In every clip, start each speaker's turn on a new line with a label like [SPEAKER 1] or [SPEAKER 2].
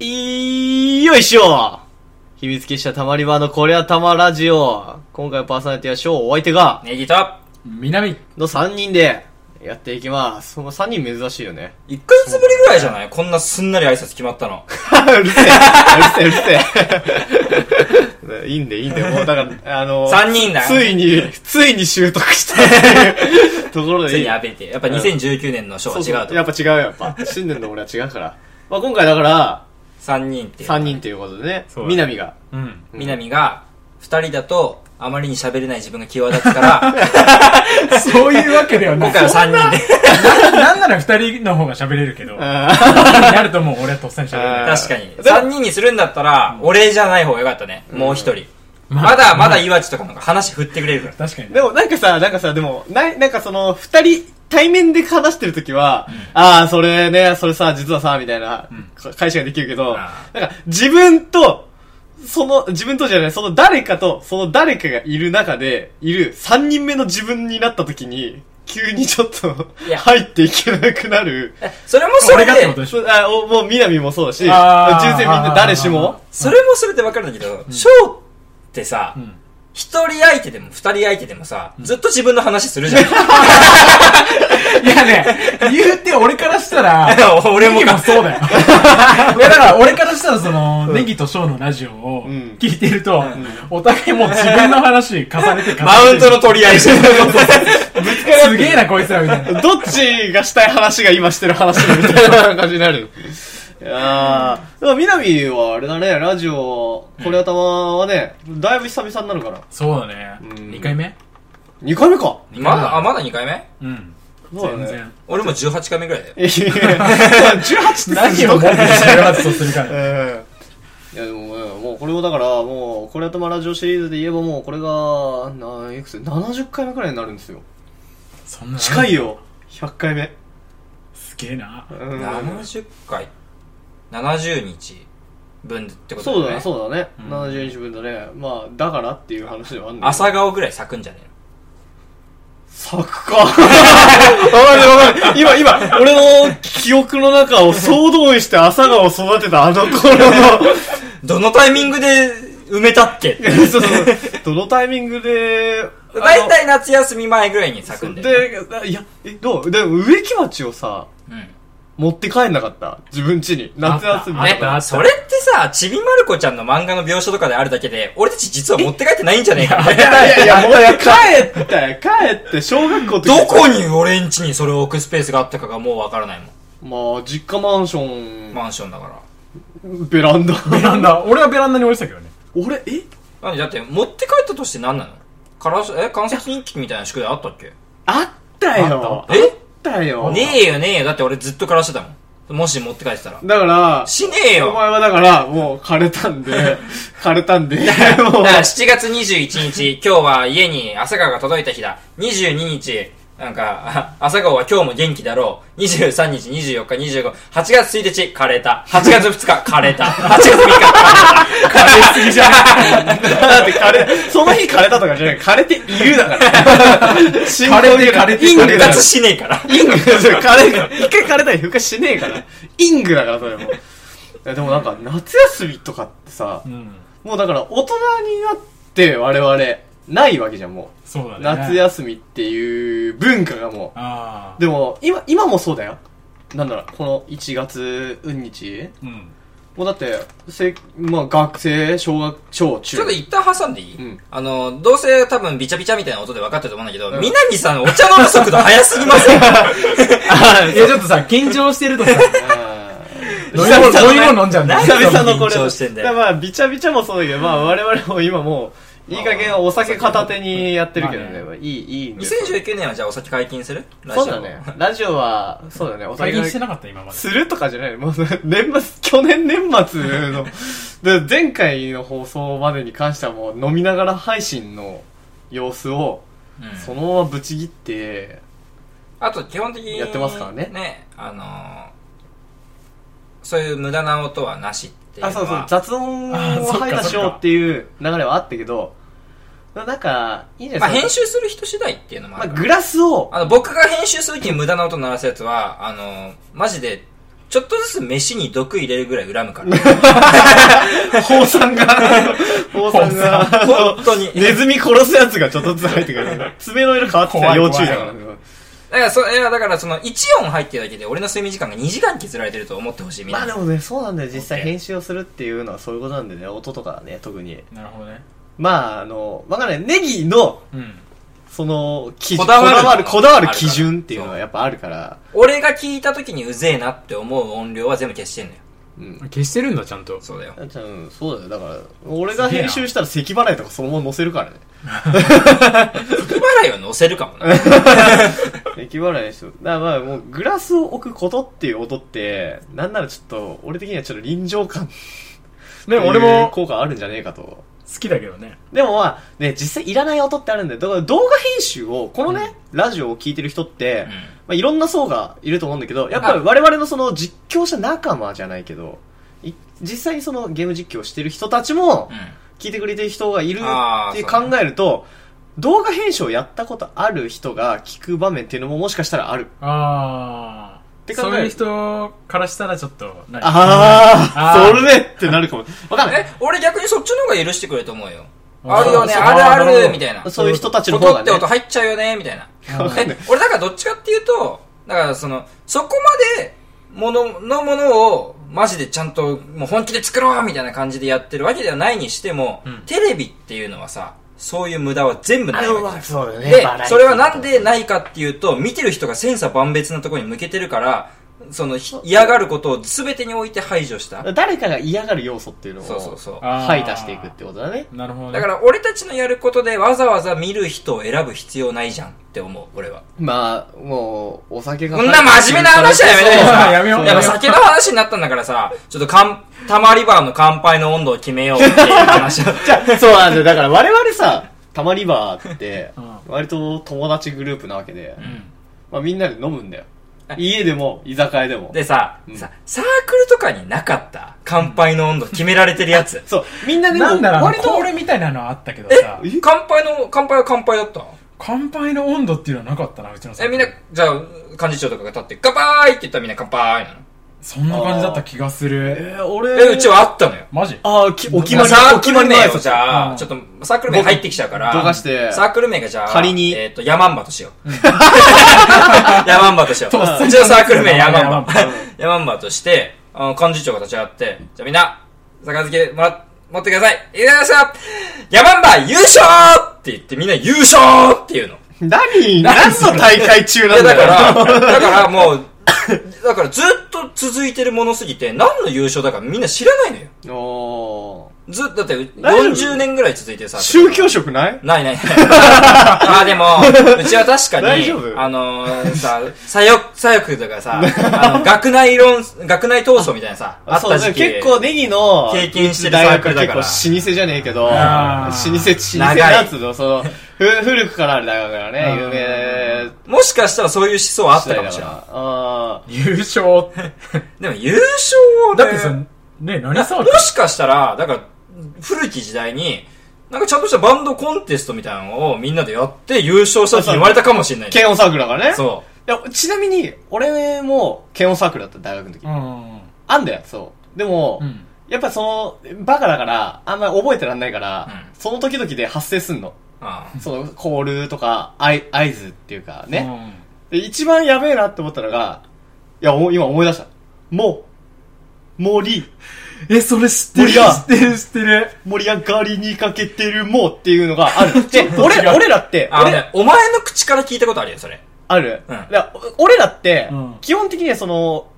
[SPEAKER 1] いよいしょ秘密結社たまり場のこりゃたまラジオ。今回パーソナリティはショーお相手が、
[SPEAKER 2] ネギと
[SPEAKER 3] 南
[SPEAKER 1] の3人でやっていきます。その3人珍しいよね。
[SPEAKER 2] 1ヶ月ぶりぐらいじゃないこんなすんなり挨拶決まったの。
[SPEAKER 1] うるせえ、うるせえ、うるせえ。いいんで、いいんで、もうだから、あの、
[SPEAKER 2] 3人だよ
[SPEAKER 1] ついに、ついに習得したっていうところ
[SPEAKER 2] つ
[SPEAKER 1] で
[SPEAKER 2] いにやべえって。やっぱ2019年のショ
[SPEAKER 1] そう
[SPEAKER 2] ー
[SPEAKER 1] そう
[SPEAKER 2] は違うと。
[SPEAKER 1] やっぱ違うよ、やっぱ。新年の俺は違うから。まあ今回だから、
[SPEAKER 2] 3人っていう。
[SPEAKER 1] 3人ということでね
[SPEAKER 3] そう、だ
[SPEAKER 1] 南が。
[SPEAKER 3] うん。
[SPEAKER 2] 南が、2人だと、あまりに喋れない自分が際立つから、
[SPEAKER 3] そういうわけではない。
[SPEAKER 2] 今 回は3人で。
[SPEAKER 3] なんなら二人の方が喋れるけど、
[SPEAKER 1] あ
[SPEAKER 3] なるともう俺はとっさに喋れ
[SPEAKER 1] あ
[SPEAKER 3] る。
[SPEAKER 1] ー
[SPEAKER 2] 確かに。
[SPEAKER 1] でも
[SPEAKER 2] 3人にするんだったら、俺じゃない方がよかったね。もう1人。まだまだ岩地とかの方が話振ってくれるから。
[SPEAKER 3] 確かに
[SPEAKER 1] ー。でもなんかさ、なんかさ、でも、な、なんかその、二人、対面で話してるときは、ああ、それね、それさ、実はさ、みたいな、か返しができるけど、
[SPEAKER 2] あ
[SPEAKER 1] なんか、自分と、その、自分とじゃない、その誰かと、その誰かがいる中で、いる三人目の自分になったときに、急にちょっと
[SPEAKER 2] い、や
[SPEAKER 1] 入っていけなくなる。
[SPEAKER 2] それもそれ
[SPEAKER 3] 俺がってこ
[SPEAKER 2] で
[SPEAKER 3] と、でし
[SPEAKER 1] そ
[SPEAKER 3] ょ
[SPEAKER 1] うあおもう、南もそうだし、中
[SPEAKER 3] あー
[SPEAKER 1] 世みんな誰しも、
[SPEAKER 2] それもそれで分かるんだけど、ショーってさ、一人相手でも二人相手でもさ、ずっと自分の話するじゃん。、
[SPEAKER 3] いやね、言うて俺からした ら
[SPEAKER 2] 俺も
[SPEAKER 3] ネギもそうだよ。いやだから俺からしたらその、ネギとショーのラジオを
[SPEAKER 1] ん
[SPEAKER 3] 聞いていると、お互いもう自分の話重ねて重ねて。
[SPEAKER 2] マウントの取り合いしてる。
[SPEAKER 3] すげえなこいつらみたいな。
[SPEAKER 1] どっちがしたい話が今してる話だみたいな感じになる。いやー、でも南はあれだね、ラジオ、これ頭はね、だいぶ久々になるから。
[SPEAKER 3] そうだね。
[SPEAKER 1] ん
[SPEAKER 3] 二回目
[SPEAKER 1] 2回目か
[SPEAKER 2] まだ、あ、まだ2回目
[SPEAKER 3] うん。
[SPEAKER 1] そう
[SPEAKER 3] 全
[SPEAKER 1] だね。
[SPEAKER 3] 然。
[SPEAKER 2] 俺も18回目ぐらいだよ。
[SPEAKER 1] いや18って
[SPEAKER 3] 何を
[SPEAKER 1] ど
[SPEAKER 3] 文
[SPEAKER 1] っ
[SPEAKER 3] 句
[SPEAKER 1] か
[SPEAKER 3] に
[SPEAKER 1] で
[SPEAKER 3] してるはずとする から。
[SPEAKER 1] いやでもね、もうこれをだから、もう、これ頭ラジオシリーズで言えばもう、これが、ないくつ ?70 回目くらいになるんですよ。
[SPEAKER 3] そんな。
[SPEAKER 1] 近い。よ。100回目。
[SPEAKER 3] すげえな。
[SPEAKER 1] うん
[SPEAKER 2] 70回。70日分ってことだ
[SPEAKER 1] そ
[SPEAKER 2] よ
[SPEAKER 1] う
[SPEAKER 2] ね。
[SPEAKER 1] だね、そ
[SPEAKER 2] う
[SPEAKER 1] うだね。70日分だね。まあ、だからっていう話ではあるんだけど
[SPEAKER 2] 朝顔ぐらい咲くんじゃね
[SPEAKER 1] 咲くか。わかんないわかんない。今、今、俺の記憶の中を総動員して朝顔を育てたあの頃の、
[SPEAKER 2] えのどのタイミングで埋めたっけ
[SPEAKER 1] そうそうどのタイミングで、
[SPEAKER 2] だいたい夏休み前ぐらいに咲くんだよね。
[SPEAKER 1] で、いや、え、どうでも植木鉢をさ、
[SPEAKER 2] うん。
[SPEAKER 1] 持って帰んなかった自分家に。夏休み
[SPEAKER 3] あったあった
[SPEAKER 2] それってさ、ちびまる子ちゃんの漫画の描写とかであるだけで、俺たち実は持って帰ってないんじゃねえか。
[SPEAKER 1] いやいやいや、もういや帰ったよ、帰って、小学校の時
[SPEAKER 2] どこに俺ん家にそれを置くスペースがあったかがもうわからないもん。
[SPEAKER 1] まあ、実家マンション、
[SPEAKER 2] マンションだから。
[SPEAKER 1] ベランダ。
[SPEAKER 3] ベランダ。俺はベランダに置いてたけどね。
[SPEAKER 1] 俺、え
[SPEAKER 2] なんでだって、持って帰ったとして何なのからし、え、観察日記みたいな宿題あったっけ
[SPEAKER 1] あったよ。あっ
[SPEAKER 2] え
[SPEAKER 1] たよ。
[SPEAKER 2] ねえよねえよ。だって俺ずっとからしてたもん。もし持って帰ってたら。
[SPEAKER 1] だから、
[SPEAKER 2] しねえ
[SPEAKER 1] お
[SPEAKER 2] よ。
[SPEAKER 1] 前はだから、もう枯れたん で、枯れたんで、も
[SPEAKER 2] だ
[SPEAKER 1] う
[SPEAKER 2] から7月21日、 今日は家に朝顔が届いた日だ。22日、なんか、 あ朝顔は今日も元気だろう。23日、24日、25、8月1日、枯れた。8月2日、 枯れた。8月3日、枯れた。枯れすぎじゃん。
[SPEAKER 1] だって枯れ、その日枯れたとかじゃない、枯れているだから。 枯
[SPEAKER 3] れて枯れて
[SPEAKER 1] イング
[SPEAKER 2] 復
[SPEAKER 1] だ
[SPEAKER 2] 活しねえ から。
[SPEAKER 1] イングそれ枯れる一回枯れたら復活しねえから。イングだから、それも。いやでもなんか、夏休みとかってさ
[SPEAKER 3] う、ん。
[SPEAKER 1] もうだから大人になって我々、ないわけじゃん、も
[SPEAKER 3] そうだ
[SPEAKER 1] う。
[SPEAKER 3] ね。
[SPEAKER 1] 夏休みっていう文化がも
[SPEAKER 3] あ
[SPEAKER 1] う。でも、今、今もそうだよ。なんだろう、この1月、うん日
[SPEAKER 3] あ。うん。
[SPEAKER 1] もうだって、せまあ、学生、小学、小中。
[SPEAKER 2] ちょっと一旦挟んでいい、
[SPEAKER 1] うん
[SPEAKER 2] あの、どうせ多分ビチャビチャみたいな音で分かってると思うんだけど、
[SPEAKER 1] うん
[SPEAKER 2] 南さんお茶飲む速度早すぎま せん
[SPEAKER 3] いや、ちょっとさ、緊張してる とさ、
[SPEAKER 1] あ
[SPEAKER 3] 飲み
[SPEAKER 1] 々のね
[SPEAKER 3] 物飲み物飲んじゃうんだ
[SPEAKER 1] ー
[SPEAKER 3] よ。
[SPEAKER 1] 久々のこれ。
[SPEAKER 2] 緊張してんだよ
[SPEAKER 1] からまあ、びちゃびちゃもそうだけど、まあ、我々も今もう、いい加減お酒片手にやってるけどね。
[SPEAKER 3] ま
[SPEAKER 1] まあいい、いいんで。
[SPEAKER 2] 2019年はじゃあお酒解禁するラジオ
[SPEAKER 1] そうだね。ラジオは、そうだね、お
[SPEAKER 3] 最
[SPEAKER 1] 酒
[SPEAKER 3] 近 して
[SPEAKER 1] が
[SPEAKER 3] なかった、今まで。
[SPEAKER 1] するとかじゃないもう、年末、 去年年末の、 で前回の放送までに関してはもう、飲みながら配信の様子を、
[SPEAKER 2] うん
[SPEAKER 1] そのままぶち切って、
[SPEAKER 2] あと基本的に。
[SPEAKER 1] やってますからね
[SPEAKER 2] ね、あのーそういう無駄な音はなしっていうの
[SPEAKER 1] あ、そ
[SPEAKER 2] は。
[SPEAKER 1] うそう、雑音を排除しようっていう流れはあったけど、なんか、いいんじゃ
[SPEAKER 2] ま
[SPEAKER 1] な
[SPEAKER 2] あ
[SPEAKER 1] いで
[SPEAKER 2] 編
[SPEAKER 1] す
[SPEAKER 2] 集する人次第っていうのも
[SPEAKER 1] か。
[SPEAKER 2] あ
[SPEAKER 1] まあ、
[SPEAKER 2] るから。
[SPEAKER 1] グラスを、
[SPEAKER 2] あの、僕が編集する時に無駄な音鳴らすやつは、あのーマジで、ちょっとずつ飯に毒入れるぐらい恨むから。
[SPEAKER 1] 宝さんが、宝さんが、
[SPEAKER 2] 本当に。
[SPEAKER 1] ネズミ殺すやつがちょっとずつ入ってくる。爪の色変わってきたら要注意だからね。
[SPEAKER 2] だからそ、いや、だからその、1音入ってるだけで俺の睡眠時間が2時間削られてると思ってほしい、みん
[SPEAKER 1] まあで
[SPEAKER 2] な。
[SPEAKER 1] もね、そうなんだよ。実際
[SPEAKER 2] OK
[SPEAKER 1] 編集をするっていうのはそういうことなんでね、音とかね、特に。
[SPEAKER 3] なるほどね。
[SPEAKER 1] まあ、あの、わかんない。ネギの、
[SPEAKER 2] うん。
[SPEAKER 1] その、基準、
[SPEAKER 2] こ
[SPEAKER 1] こ
[SPEAKER 2] だ
[SPEAKER 1] だ
[SPEAKER 2] わる
[SPEAKER 1] わる、こだわる基準っていうのはやっぱあるから。
[SPEAKER 2] 俺が聞いた時にうぜえなって思う音量は全部消してんのよ。
[SPEAKER 1] うん。
[SPEAKER 4] 消してるんだ、ちゃんと。
[SPEAKER 2] そうだよ。
[SPEAKER 1] うん、そうだよ。だから、俺が編集したら咳払いとかそのまま載せるからね。
[SPEAKER 2] 気払いは乗せる かもな。
[SPEAKER 1] 咳払いですよ。だからまあ、もう、グラスを置くことっていう音って、なんならちょっと、俺的にはちょっと臨場感。
[SPEAKER 4] でも俺も好
[SPEAKER 1] 効果あるんじゃねえかと。
[SPEAKER 4] きだけどね。
[SPEAKER 1] でもまあ、ね、実際いらない音ってあるんだよ。だから動画編集を、このね、ラジオを聞いてる人って、
[SPEAKER 2] うん
[SPEAKER 1] まあ、いろんな層がいると思うんだけど、やっぱり我々のその実況者仲間じゃないけど、い実際にそのゲーム実況してる人たちも
[SPEAKER 2] う、ん。
[SPEAKER 1] 聞いてくれてる人がいる
[SPEAKER 2] あー
[SPEAKER 1] って
[SPEAKER 2] そう
[SPEAKER 1] 考えると、動画編集をやったことある人が聞く場面っていうのももしかしたらある。
[SPEAKER 4] ああ。
[SPEAKER 1] て考える
[SPEAKER 4] そういう人からしたらちょっと、何
[SPEAKER 1] あ
[SPEAKER 4] あ
[SPEAKER 1] あ、
[SPEAKER 4] ー
[SPEAKER 1] それねってなるかも。わかんない。
[SPEAKER 2] え、俺逆にそっちの方が許してくれると思うよ。
[SPEAKER 4] あー
[SPEAKER 2] あるよね、
[SPEAKER 4] そう
[SPEAKER 2] あるあ
[SPEAKER 4] なるほ
[SPEAKER 2] る、
[SPEAKER 4] ど
[SPEAKER 2] みたいな。
[SPEAKER 1] そういう人たちの方
[SPEAKER 2] 音
[SPEAKER 1] が
[SPEAKER 2] って
[SPEAKER 1] ね。
[SPEAKER 2] 音入っちゃうよね、みたいな。
[SPEAKER 1] わかんない
[SPEAKER 2] え俺だからどっちかっていうと、だからその、そこまで、もの、のものを、マジでちゃんと、もう本気で作ろうみたいな感じでやってるわけではないにしても、
[SPEAKER 4] ん
[SPEAKER 2] テレビっていうのはさ、そういう無駄は全部ないわけ
[SPEAKER 1] そうだよ
[SPEAKER 2] で、それはなんでないかっていうと、見てる人が千差万別なところに向けてるから、その、ひ嫌がることを全てにおいて排除した。
[SPEAKER 1] 誰かが嫌がる要素っていうのを、
[SPEAKER 2] そうそうそう。
[SPEAKER 4] あー
[SPEAKER 1] 排除していくってことだね。
[SPEAKER 4] なるほどね。
[SPEAKER 2] だから俺たちのやることでわざわざ見る人を選ぶ必要ないじゃんって思う、俺は。
[SPEAKER 1] まあ、もう、お酒が。
[SPEAKER 2] こんな真面目な話はやめない
[SPEAKER 4] よ
[SPEAKER 2] でさ。
[SPEAKER 4] そうやめよう
[SPEAKER 2] やっぱ酒の話になったんだからさ、ちょっとかん、たまりバーの乾杯の温度を決めようっていう 話を。
[SPEAKER 1] じゃあそうなんだよ。だから我々さ、たまりバーって
[SPEAKER 4] うん、
[SPEAKER 1] 割と友達グループなわけで、
[SPEAKER 2] ん
[SPEAKER 1] まあみんなで飲むんだよ。家でも、居酒屋でも。
[SPEAKER 2] でさ、
[SPEAKER 1] うん
[SPEAKER 2] さ、サークルとかになかった乾杯の温度決められてるやつ。
[SPEAKER 1] そう、みんなでも、
[SPEAKER 4] なんだろう、
[SPEAKER 1] 割
[SPEAKER 4] 割と
[SPEAKER 1] と、
[SPEAKER 4] 俺みたいなのはあったけどさ、
[SPEAKER 2] え乾杯の、乾杯は乾杯だった
[SPEAKER 4] 乾杯の温度っていうのはなかったな、うちのさ
[SPEAKER 2] え、みんな、じゃあ、幹事長とかが立って、乾杯って言ったらみんな乾杯なの。
[SPEAKER 4] そんな感じだった気がする。
[SPEAKER 1] えー、俺、
[SPEAKER 2] え、うちはあったのよ。
[SPEAKER 4] マジ
[SPEAKER 1] ああ、きお決まり、
[SPEAKER 2] サー
[SPEAKER 1] お
[SPEAKER 2] ク
[SPEAKER 1] 決
[SPEAKER 2] ル
[SPEAKER 1] まりの
[SPEAKER 2] 名
[SPEAKER 1] 挨
[SPEAKER 2] をじ
[SPEAKER 1] 拶。
[SPEAKER 2] ゃあ、
[SPEAKER 4] うん
[SPEAKER 2] ちょっと、サークル名入ってきちゃうから、
[SPEAKER 1] どかして
[SPEAKER 2] サークル名がじゃあ、
[SPEAKER 1] 仮に
[SPEAKER 2] えっ、と、ヤマンバとしよう。 ヤマンバとしよう。
[SPEAKER 4] とっさに
[SPEAKER 2] うちのサークル名ヤマン
[SPEAKER 4] ヤマン
[SPEAKER 2] バ。 ヤマンバとして、あの幹事長が立ち上がって、じゃあみんな、杯もら、持ってください。いただきましたヤマンバ優勝って言ってみんな優勝って言うの。
[SPEAKER 1] 何何の大会中
[SPEAKER 2] い
[SPEAKER 1] な
[SPEAKER 2] や
[SPEAKER 1] んだ
[SPEAKER 2] だ
[SPEAKER 1] よ。
[SPEAKER 2] から、だからもう、だからずっと続いてるものすぎて、何の優勝だかみんな知らないのよ。
[SPEAKER 1] お
[SPEAKER 2] ずっと、だって
[SPEAKER 1] 大丈夫
[SPEAKER 2] 40年ぐらい続いてるサ
[SPEAKER 1] ー
[SPEAKER 2] ークル
[SPEAKER 1] 宗教色ない
[SPEAKER 2] ないないない。まあでも、うちは確か
[SPEAKER 1] 大
[SPEAKER 2] に
[SPEAKER 1] 丈、夫
[SPEAKER 2] あのー、さ、左翼、左翼とかさ、あの、学内論、学内闘争みたいなさ、あった時期。
[SPEAKER 1] 結構ネギの
[SPEAKER 2] 経験してる
[SPEAKER 1] 大
[SPEAKER 2] サーク
[SPEAKER 1] 学
[SPEAKER 2] ルだから
[SPEAKER 1] 結構老舗じゃねえけど、老
[SPEAKER 4] あ
[SPEAKER 1] 舗、
[SPEAKER 4] ー
[SPEAKER 1] 老舗なんつうの、その、ふ古くからある大学だからね、有名
[SPEAKER 2] もしかしたらそういう思想はあったかもしれない。
[SPEAKER 1] あ
[SPEAKER 4] 優勝って。
[SPEAKER 2] でも優勝をね、
[SPEAKER 4] だって さ、ね、何
[SPEAKER 2] な
[SPEAKER 4] さ、
[SPEAKER 2] もしかしたら、だから、古き時代に、なんかちゃんとしたバンドコンテストみたいなのをみんなでやって優勝した人に生まれたかもしれない。
[SPEAKER 1] 軽音サークルだからね。
[SPEAKER 2] そ
[SPEAKER 1] いやちなみに、俺も軽音サークルだった大学の時
[SPEAKER 4] う。ん。
[SPEAKER 1] あんだよ、そう。でも
[SPEAKER 4] う、ん。
[SPEAKER 1] やっぱその、バカだから、あんまり覚えてらんないから
[SPEAKER 2] うん、
[SPEAKER 1] その時々で発生すんの。
[SPEAKER 2] う。あ
[SPEAKER 1] その、コールとか、あい合図っていうかね。で、一番やべえなって思ったのが、いや、お今思い出した。も、森、
[SPEAKER 4] うん。え、それ知ってる
[SPEAKER 1] 森が
[SPEAKER 4] 知ってる知ってる。
[SPEAKER 1] 盛り上がりにかけてるもっていうのがある。で、俺、
[SPEAKER 4] 違う
[SPEAKER 1] 俺らって、
[SPEAKER 2] あの
[SPEAKER 1] 俺、
[SPEAKER 2] ね、お前の口から聞いたことあるよ、それ。
[SPEAKER 1] ある。
[SPEAKER 2] うん
[SPEAKER 1] いやお俺らって
[SPEAKER 4] うん、
[SPEAKER 1] 基本的にはその、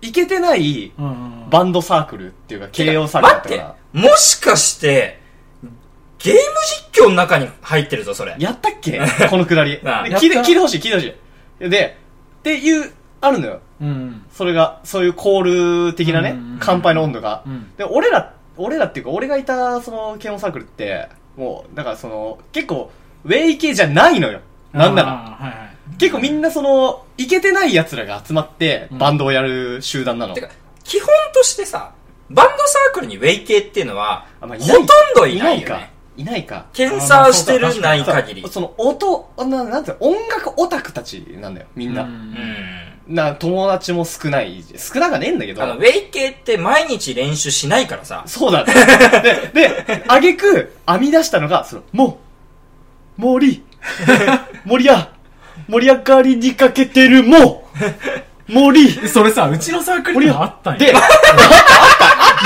[SPEAKER 1] いけてない
[SPEAKER 4] うんうんうん。
[SPEAKER 1] バンドサークルっていうか、慶応サークルだっ
[SPEAKER 2] 待
[SPEAKER 1] た
[SPEAKER 2] っ
[SPEAKER 1] か
[SPEAKER 2] て
[SPEAKER 1] ら。、
[SPEAKER 2] もしかして、ゲーム実況の中に入ってるぞ、それ。
[SPEAKER 1] やったっけこのくだり。で
[SPEAKER 2] なあ
[SPEAKER 1] 聞いて、聞
[SPEAKER 4] やっ
[SPEAKER 1] い
[SPEAKER 4] た
[SPEAKER 1] てほしい、聞いてほしい。で、っていう、あるのよ。
[SPEAKER 4] うん。
[SPEAKER 1] それが、そういうコール的なね
[SPEAKER 4] うんうんうん、
[SPEAKER 1] 乾杯の温度が
[SPEAKER 4] う。ん。
[SPEAKER 1] で、俺ら、俺らっていうか、俺がいた、その、ケオンサークルって、もう、だからその、結構、ウェイ系じゃないのよ。なんなら。
[SPEAKER 4] あーはいはい。
[SPEAKER 1] 結構みんなその、いけてない奴らが集まって、
[SPEAKER 4] うん
[SPEAKER 1] バンドをやる集団なの。
[SPEAKER 2] てか、基本としてさ、バンドサークルにウェイ系っていうのは、
[SPEAKER 1] あまあい
[SPEAKER 2] ほ
[SPEAKER 1] ない
[SPEAKER 2] とんどいないよ、
[SPEAKER 1] か
[SPEAKER 2] ね。。
[SPEAKER 1] いないか。
[SPEAKER 2] 検査してるない限り。
[SPEAKER 1] その、音、ななんていうの音楽オタクたちなんだよ、みんな。
[SPEAKER 4] うん
[SPEAKER 2] うん。
[SPEAKER 1] な、友達も少ない。少なかねえんだけど
[SPEAKER 2] あ。の、ウェイ系って毎日練習しないか らさ。
[SPEAKER 1] そう だね。で、で、あげく、編み出したのが、その、もう、 森、森や、盛り上がりにかけてるもう、森、
[SPEAKER 4] えそれさ、うちのサークルにもあったんや。
[SPEAKER 1] で、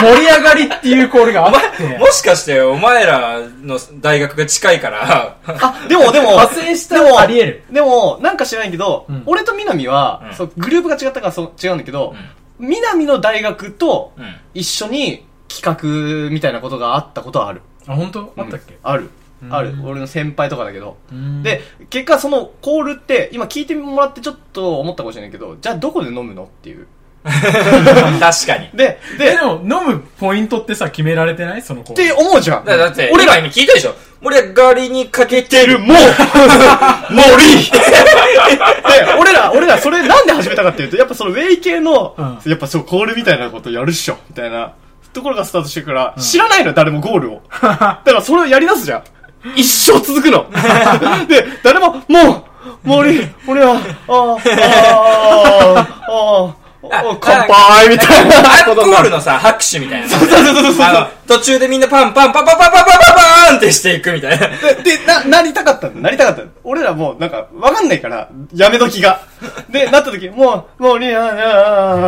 [SPEAKER 4] 盛り上がりっていうコールがあって。
[SPEAKER 2] もしかして、お前らの大学が近いから、
[SPEAKER 1] あ、でもで も、
[SPEAKER 4] 発生した
[SPEAKER 1] でも
[SPEAKER 4] らあり得る。
[SPEAKER 1] でも、なんか知らないけど、
[SPEAKER 4] うん
[SPEAKER 1] 俺と南は、
[SPEAKER 2] うん
[SPEAKER 1] そうグループが違ったからそう違うんだけど、南の大学と
[SPEAKER 2] うん。
[SPEAKER 1] 一緒に企画みたいなことがあったことはある。
[SPEAKER 4] あ、本当？あったっけ
[SPEAKER 1] ある。
[SPEAKER 4] うん
[SPEAKER 1] ある。俺の先輩とかだけど。
[SPEAKER 4] うん
[SPEAKER 1] で、結果そのコールって、今聞いてもらってちょっと思ったかもしれないけど、じゃあどこで飲むのっていう。
[SPEAKER 2] 確かに。
[SPEAKER 1] で、で、
[SPEAKER 4] え、
[SPEAKER 1] っ
[SPEAKER 4] でも飲むポイントってさ、決められてないその子。
[SPEAKER 1] て思うじゃん。
[SPEAKER 2] だだって、
[SPEAKER 1] 俺
[SPEAKER 2] 俺
[SPEAKER 1] ら
[SPEAKER 2] ら今聞いたでしょ俺らガリにかけて
[SPEAKER 1] る
[SPEAKER 2] る。
[SPEAKER 1] もう森で、俺ら、俺らそれなんで始めたかっていうと、やっぱそのウェイ系の、
[SPEAKER 4] うん
[SPEAKER 1] やっぱそうコールみたいなことやるっしょ、みたいなところがスタートしてから、知らないの誰もゴールを。だからそれをやり出すじゃん。一生続くの。で、誰も、もう、森、俺は、ああ、ああ、ああ、お乾杯みたいな
[SPEAKER 2] ア
[SPEAKER 1] こ
[SPEAKER 2] ンコ
[SPEAKER 1] とにな
[SPEAKER 2] ー
[SPEAKER 1] る。
[SPEAKER 2] ルの さ、拍手みたいな。
[SPEAKER 1] そうそうそうそう
[SPEAKER 2] あの、途中でみんなパンパンパンパンパンパンパンパンってしていくみたいな。
[SPEAKER 1] で、で、な、なりたかったのなりたかったの俺らもう、なんか、わかんないから、やめ時が。で、なった時、もう、もう、りゃー、あー、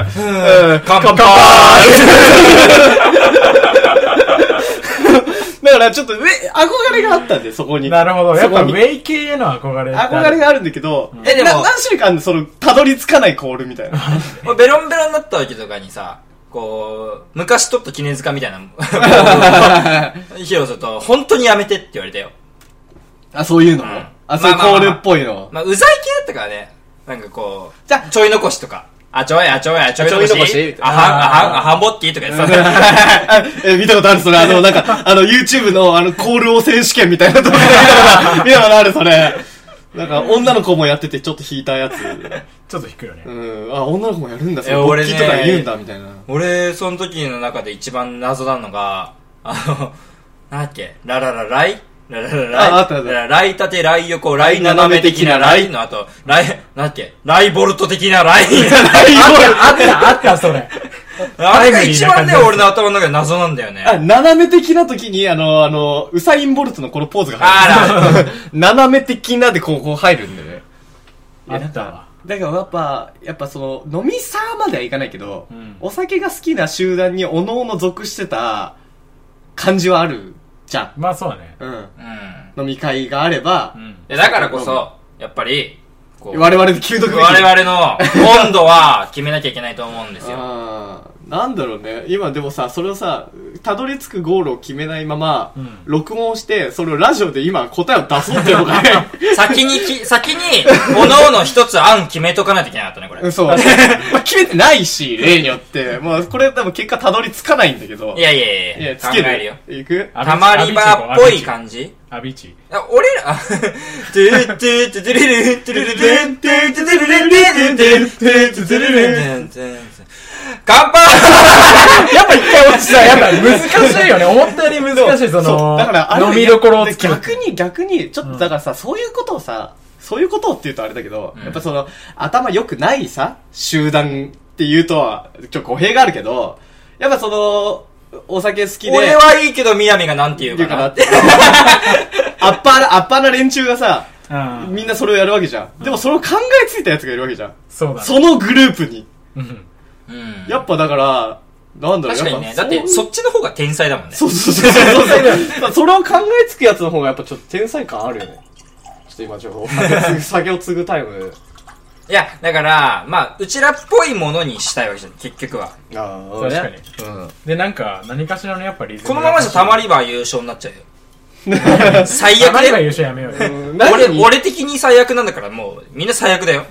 [SPEAKER 1] あー、
[SPEAKER 2] 乾
[SPEAKER 1] 乾杯
[SPEAKER 2] 杯
[SPEAKER 1] だから、ちょっと、上、憧れがあったんで、そこに。
[SPEAKER 4] なるほど。や
[SPEAKER 1] そ
[SPEAKER 4] っぱ
[SPEAKER 1] こ
[SPEAKER 4] ウ
[SPEAKER 1] に
[SPEAKER 4] ェイ系への憧れ。
[SPEAKER 1] 憧れがあるんだけど、
[SPEAKER 2] えでも
[SPEAKER 1] な何種類かあるんで、その、たどり着かないコールみたいな。
[SPEAKER 2] も うベロンベロンになった時とかにさ、こう、昔撮った記念塚みたい な、広瀬と、本当にやめてって言われたよ。
[SPEAKER 1] あ、そういうの
[SPEAKER 2] う
[SPEAKER 1] も
[SPEAKER 2] ん。
[SPEAKER 1] あ、そういうコールっぽいの。
[SPEAKER 2] まあ、うざい系だったからね。なんかこう、
[SPEAKER 1] じゃあ
[SPEAKER 2] ちょい残しとか。あ、ちょい、あ、ちょい、あ、ちょい残し。
[SPEAKER 1] ちょい残し
[SPEAKER 2] あはん、あはん、あはんぼっきとかやってた。
[SPEAKER 1] あ え見たことある、それ。あの、なんか、あの、YouTube の、あの、コール王選手権みたいなところで見たことある、見たことある、それ。なんか、女の子もやってて、ちょっと引いたやつ。
[SPEAKER 4] ちょっと引くよね
[SPEAKER 1] う。ん。あ、女の子もやるんだ、それ。
[SPEAKER 2] いや
[SPEAKER 1] 俺ね。
[SPEAKER 2] 俺ね
[SPEAKER 1] とか言うんだ、みたいな。
[SPEAKER 2] 俺、その時の中で一番謎なのが、あの、なんだっけ、ラララライラララライ
[SPEAKER 1] ああったあった
[SPEAKER 2] ララライ立て、ライ横、ライ斜め的なライの後、ライ、なんだっけ、ライボルト的 なライ。
[SPEAKER 4] あった、あった、それ。
[SPEAKER 2] あれが一番
[SPEAKER 4] タイ
[SPEAKER 2] ね、
[SPEAKER 4] ムリーな感じです
[SPEAKER 2] 俺の頭の中で謎なんだよね。
[SPEAKER 1] あ、斜め的な時に、あの、あの、ウサイン・ボルトのこのポーズが入る。 斜め的なで、こう、こう入るんだよね。
[SPEAKER 4] あったわ。
[SPEAKER 1] だからやっぱ、やっぱその、飲みサーまではいかないけど、
[SPEAKER 4] ん
[SPEAKER 1] お酒が好きな集団におのおの属してた感じはあるじゃ
[SPEAKER 4] まあそうだね。
[SPEAKER 1] ん。うん。
[SPEAKER 2] うん。
[SPEAKER 1] 飲み会があれば、
[SPEAKER 4] うん。
[SPEAKER 2] でだからこそ、やっぱり、こう、
[SPEAKER 1] 我々で急読べき
[SPEAKER 2] 我々の温度は決めなきゃいけないと思うんですよ。
[SPEAKER 1] あーなんだろうね今でもさそれをさたどり着くゴールを決めないまま、
[SPEAKER 4] ん
[SPEAKER 1] 録音してそれをラジオで今答えを出そうっていうのが ね
[SPEAKER 2] 先にき、先に、おのおの一つ案決めとかないといけなかったね、これ。
[SPEAKER 1] そう、まあ、決めてないし例によって、まあ、これでも結果たどり着かないんだけど
[SPEAKER 2] いやいやい
[SPEAKER 1] い
[SPEAKER 2] や
[SPEAKER 1] や
[SPEAKER 2] いや、
[SPEAKER 1] つ
[SPEAKER 2] 考
[SPEAKER 1] け
[SPEAKER 2] えるよ。
[SPEAKER 1] るいく
[SPEAKER 4] あ
[SPEAKER 2] たまり場っぽい感じ
[SPEAKER 4] アビーチ。
[SPEAKER 2] あ俺ら、あトゥルトゥトゥトゥルルトゥルルトゥトゥトゥルルトゥトゥトゥトゥルルトゥ乾杯
[SPEAKER 1] やっぱ一回落ちた
[SPEAKER 4] やっぱ難しいよね。思ったより難しい、そ
[SPEAKER 1] そう
[SPEAKER 4] の、
[SPEAKER 1] だからあれ
[SPEAKER 4] 飲みどころを
[SPEAKER 1] で
[SPEAKER 4] 作る。
[SPEAKER 1] 逆に逆にちょっとだからさ、そういうことをさそういうことをって言うとあれだけど、
[SPEAKER 2] うん
[SPEAKER 1] やっぱその頭良くないさ集団っていうとはちょっと語弊があるけどやっぱそのお酒好きで
[SPEAKER 2] 俺はいいけど、みなみがなんて言
[SPEAKER 1] っ
[SPEAKER 2] う
[SPEAKER 1] てい
[SPEAKER 2] か
[SPEAKER 1] うかなっ。
[SPEAKER 2] な
[SPEAKER 1] てアッパーなアッパーな連中がさ
[SPEAKER 4] うん。
[SPEAKER 1] みんなそれをやるわけじゃんでもそれを考えついたやつがいるわけじゃん
[SPEAKER 4] そうだね。
[SPEAKER 1] そのグループに
[SPEAKER 4] うん
[SPEAKER 2] うん
[SPEAKER 1] やっぱだからなんだろう
[SPEAKER 2] 確かにね
[SPEAKER 1] や、ぱ
[SPEAKER 2] だって、そっちの方が天才だもんね。
[SPEAKER 1] そうそうそうそうそう。それを考えつくやつの方がやっぱちょっと天才感あるよね。ちょっと今ちょっとお酒つぐ、酒を継ぐタイム。
[SPEAKER 2] いや、だから、まあ、うちらっぽいものにしたいわけじゃん、結局は。
[SPEAKER 1] ああ
[SPEAKER 4] 確かに。
[SPEAKER 1] うん。
[SPEAKER 4] で、なんか、何かしらのやっぱリズム
[SPEAKER 2] この
[SPEAKER 4] が
[SPEAKER 2] ままじゃたま
[SPEAKER 4] り、
[SPEAKER 2] り場優勝になっちゃうよ。最
[SPEAKER 4] たま
[SPEAKER 2] 悪
[SPEAKER 4] りは
[SPEAKER 2] で。
[SPEAKER 4] 優勝やめようよ。
[SPEAKER 2] 俺、
[SPEAKER 1] 何に、
[SPEAKER 2] 俺的に最悪なんだから、もう、みんな最悪だよ。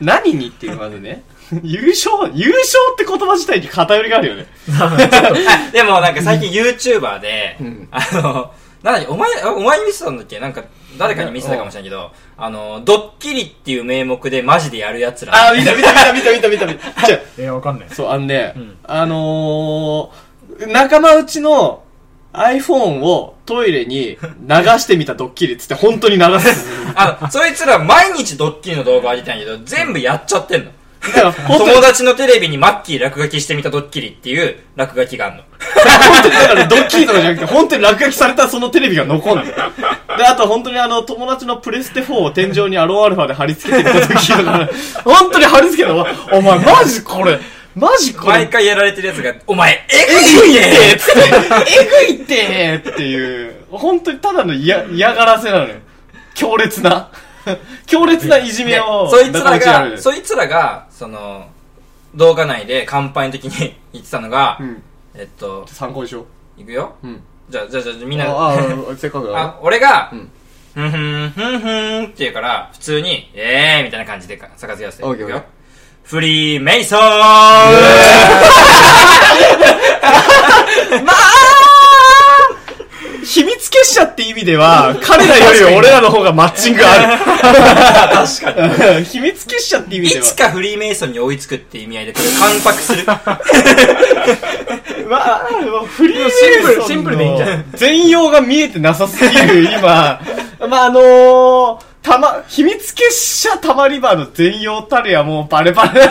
[SPEAKER 1] 何にっていうまずね。優勝、優勝って言葉自体に偏りがあるよね。
[SPEAKER 2] あ でもなんか最近 YouTuber で、
[SPEAKER 1] ん
[SPEAKER 2] あの、なんだっけお前、あお前に見せたんだっけなんか、誰かに見せたかもしれないけど、あの、ドッキリっていう名目でマジでやる奴ら。
[SPEAKER 1] ああ、見た見た見た見た見た見た見た。じゃ
[SPEAKER 4] え、わかんない。
[SPEAKER 1] そう、あのね
[SPEAKER 4] ん、
[SPEAKER 1] あのー、仲間内の、 iPhone をトイレに流してみたドッキリっつって本当に流す。
[SPEAKER 2] あの、そいつら毎日ドッキリの動画上げてんやけど、全部やっちゃってんの。
[SPEAKER 1] だから本当に、
[SPEAKER 2] 友達のテレビにマッキー落書きしてみたドッキリっていう落書きがあんの。
[SPEAKER 1] 本当にだからドッキリとかじゃなくて、本当に落書きされたそのテレビが残るの。で、あと本当にあの友達のプレステ4を天井にアロンアルファで貼り付けてみた時とか、本当に貼り付けたの。お前マジこれ、マジこ
[SPEAKER 2] 毎
[SPEAKER 1] れ、
[SPEAKER 2] 回やられてるやつが、お前、
[SPEAKER 1] え
[SPEAKER 2] え
[SPEAKER 1] ぐ
[SPEAKER 2] ぐ
[SPEAKER 1] い
[SPEAKER 2] い
[SPEAKER 1] ね
[SPEAKER 2] ね
[SPEAKER 1] ーつって、えぐいってーっていう、本当にただの嫌嫌がらせなのよ。強烈な。強烈ないじめ
[SPEAKER 2] で
[SPEAKER 1] を。
[SPEAKER 2] そいつ
[SPEAKER 1] 仲
[SPEAKER 2] ら
[SPEAKER 1] 間内やる
[SPEAKER 2] が、そいつらが、その、動画内で乾杯の時に 言ってたのが、
[SPEAKER 1] うん。
[SPEAKER 2] えっと、
[SPEAKER 1] 参考にしよう。
[SPEAKER 2] いくよ
[SPEAKER 1] うん。
[SPEAKER 2] じゃあ、じゃあ、じゃあ、みんな、
[SPEAKER 1] ああ、せっかくだから
[SPEAKER 2] あ、俺が、
[SPEAKER 1] うん
[SPEAKER 2] ふんふん、ふんふんって言うから、普通に、えーみたいな感じでか、逆付け合わせて。
[SPEAKER 1] オッケー
[SPEAKER 2] い
[SPEAKER 1] オッ
[SPEAKER 2] く
[SPEAKER 1] ケ
[SPEAKER 2] よフリーメイソーンま
[SPEAKER 1] 秘密結社って意味では、彼らより俺らの方がマッチングあ
[SPEAKER 2] あ確かに。
[SPEAKER 1] る。 秘密結社って意
[SPEAKER 2] い
[SPEAKER 1] 味では
[SPEAKER 2] つ。かフリーメイソンに追いつくって意味合いで、これ、関白す る。
[SPEAKER 1] まあ、フリーメイ
[SPEAKER 3] シンプル
[SPEAKER 1] ソンの
[SPEAKER 3] シンプルでいいんじゃ
[SPEAKER 1] 全容が見えてなさすぎる、今。まあ、あのー、たま、秘密結社たまり場の全容たるやもうバレバレな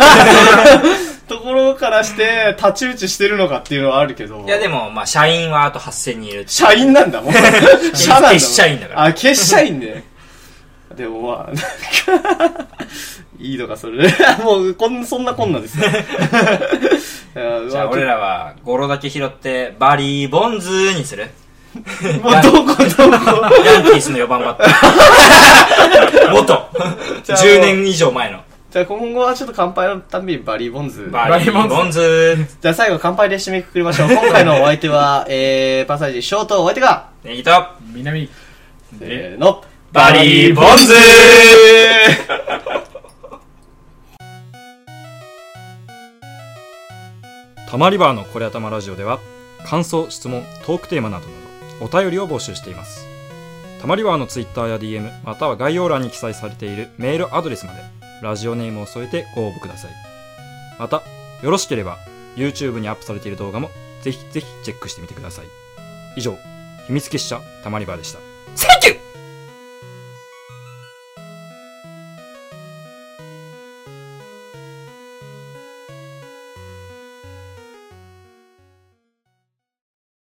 [SPEAKER 1] ところからして、太刀打ちしてるのかっていうのはあるけど。
[SPEAKER 2] いや、でも、まあ、社員はあと8000人いるって。
[SPEAKER 1] 社員なんだ もん。社なんだもん
[SPEAKER 2] 結社員だから
[SPEAKER 1] あ、結社員ね。 でもまあ、 なんかいいのか、それ。 もう、こん、そんなこんなです よ。
[SPEAKER 2] じゃあ、俺
[SPEAKER 1] ら。
[SPEAKER 2] らは、ゴロだけ拾って、バリー・ボンズ にする。
[SPEAKER 1] もう、どこどこ。
[SPEAKER 2] ヤンキースの4番バッター。 元。
[SPEAKER 1] じゃあもう
[SPEAKER 2] 10年以上前の。
[SPEAKER 1] じゃあ、今後はちょっと乾杯のたんびにバリーボンズ。
[SPEAKER 2] バリー・ボンズ。
[SPEAKER 1] じゃあ、最後乾杯で締めくくりま しょう。今回のお相手は、えー、パサージショートお相手が、
[SPEAKER 2] ネギと、
[SPEAKER 3] 南。
[SPEAKER 1] せーの、
[SPEAKER 2] バリー・ボンズたまりバーのこれ頭ラジオでは感想質問トークテーマなどなどお便りを募集していますたまりバーのツイッターや DM または概要欄に記載されているメールアドレスまでラジオネームを添えてご応募くださいまたよろしければ YouTube にアップされている動画もぜひぜひチェックしてみてください以上秘密結社たまりバーでした Thank you!